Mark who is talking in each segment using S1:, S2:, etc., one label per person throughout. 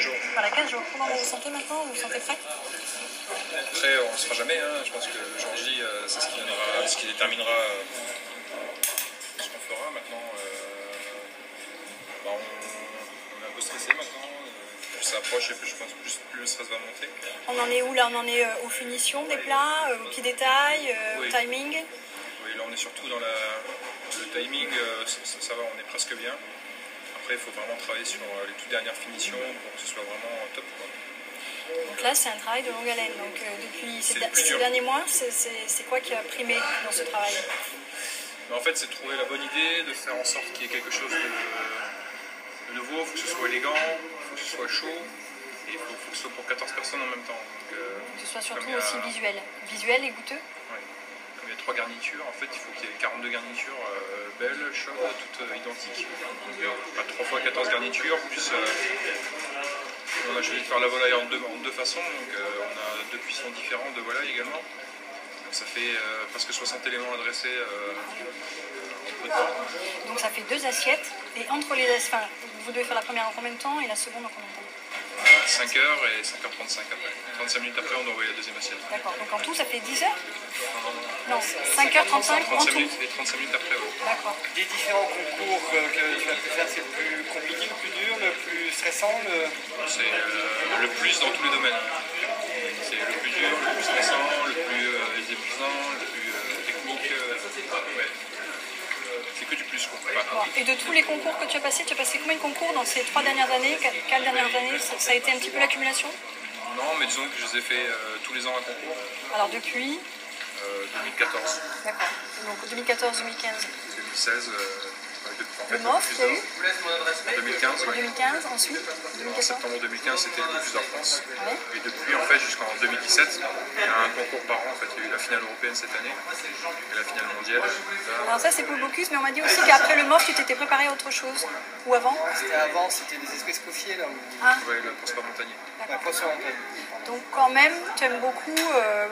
S1: jours.
S2: Voilà, 15 jours. Comment vous vous sentez maintenant Vous vous sentez prêt
S1: Après, on ne saura jamais. hein. Je pense que le jour J, euh, c'est ce qui, donnera- ce qui déterminera euh, ce qu'on fera. Maintenant, euh, bah, on, on est un peu stressé maintenant. Euh, Plus ça approche et plus je pense que plus, plus le stress va monter.
S2: On en est où là On en est euh, aux finitions des plats, euh, aux petits détails, euh,
S1: Oui.
S2: au timing
S1: Oui, là, on est surtout dans la- le timing. euh, ça, ça- ça va, on est presque bien. Après, il faut vraiment travailler sur euh, les toutes dernières finitions pour que ce soit vraiment euh, top. quoi.
S2: Donc là, c'est un travail de longue haleine. Donc euh, depuis ces,
S1: C'est
S2: da-
S1: le plus
S2: ces
S1: dur.
S2: derniers mois, c'est- c'est c'est quoi qui a primé dans ce travail
S1: Mais en fait, c'est de trouver la bonne idée, de faire en sorte qu'il y ait quelque chose de, de nouveau. Il faut que ce soit élégant, il faut que ce soit chaud, et il faut, faut que ce soit pour 14 personnes en même temps. Donc, euh,
S2: Que ce soit
S1: comme
S2: surtout
S1: il y a-
S2: aussi visuel. Visuel et goûteux
S1: ouais. Comme il y a trois garnitures, en fait, il faut qu'il y ait 42 garnitures euh, belles, chaudes, toutes euh, identiques. Donc, euh, pas 3 fois 14 garnitures, plus euh, on a choisi de faire la volaille en deux, en deux façons. Donc, euh, on a deux cuissons différents de volaille également. Donc, ça fait euh, presque 60 éléments euh, à dresser euh, en peu de temps.
S2: Donc ça fait deux assiettes. Et entre les assiettes, enfin, vous devez faire la première en combien de temps et la seconde en combien de temps
S1: à 5h et 5h35 après. 35 minutes après, on doit envoyer la deuxième assiette.
S2: D'accord. Donc en tout, ça fait 10 heures
S1: Non,
S2: Non,
S1: non, non.
S2: 5h35 en
S1: 35
S2: tout.
S1: minutes et 35 minutes après, ouais.
S2: D'accord.
S3: Des différents concours euh, que tu as pu faire, c'est le plus compliqué, le plus dur, le plus stressant. Le...
S1: C'est euh, le plus dans tous les domaines. C'est le plus dur, le plus stressant, le plus euh, épuisant, le plus euh, technique. euh, ouais. C'est que du plus, quoi.
S2: Bon.
S1: Enfin,
S2: Et de tous les concours que tu as passés, tu as passé combien de concours dans ces trois dernières années, quatre quatre dernières années Ça ça a été un petit peu l'accumulation
S1: non, mais disons que je les ai fait euh, tous les ans à concours,
S2: Alors depuis,
S1: euh, 2014,
S2: d'accord. Donc 2014-2015.
S1: 2016, euh, ouais, depuis- en fait,
S2: Le MOF,
S1: depuis
S2: il y a eu
S1: 2015, ouais.
S2: 2015, ensuite
S1: En
S2: 2014.
S1: septembre 2015, c'était le plus en France.
S2: Ah ouais
S1: Et depuis, en fait, jusqu'en 2017, il y a un concours par an. En fait, il y a eu la finale européenne cette année et la finale mondiale.
S2: Alors ça c'est pour le Bocuse, mais on m'a dit aussi qu'après le MOF, tu t'étais préparé à autre chose. Ou avant
S3: C'était avant, c'était des espèces coffiers, là. ou-
S2: Ah,
S1: Ouais, le Prosper Montagnier.
S3: La
S2: d'accord.
S3: poisson en tête.
S2: Donc quand même, tu aimes beaucoup euh,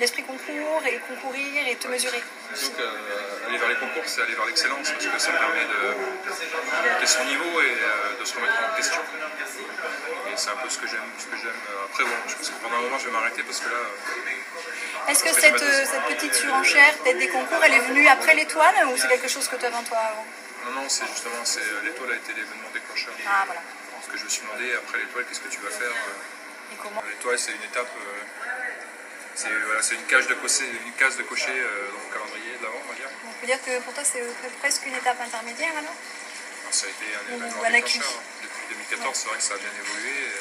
S2: l'esprit concours et concourir et te mesurer.
S1: Donc, euh, aller vers les concours, c'est aller vers l'excellence parce que ça permet de monter son niveau et euh, de se remettre en question. Et c'est un peu ce que j'aime. ce que j'aime. Après, bon, je pense que pendant un moment, je vais m'arrêter parce que là, euh,
S2: Est-ce que cette, euh, cette petite surenchère, peut-être des concours, elle est venue après l'étoile ou c'est quelque chose que tu avais en toi avant
S1: non, non, c'est justement, c'est l'étoile a été l'événement déclencheur.
S2: Ah voilà.
S1: Parce que je me suis demandé, après l'étoile, qu'est-ce que tu vas faire euh,
S2: Et comment
S1: L'étoile, c'est une étape, euh, c'est voilà, c'est une, cage de cocher, une case de cocher euh, dans le calendrier de l'avant, on va dire.
S2: On peut dire que pour toi c'est euh, presque une étape intermédiaire alors
S1: Alors, ça a été un
S2: Ou
S1: événement hein.
S2: un acquis.
S1: déclencheur. Depuis 2014, c'est vrai que ça a bien évolué. et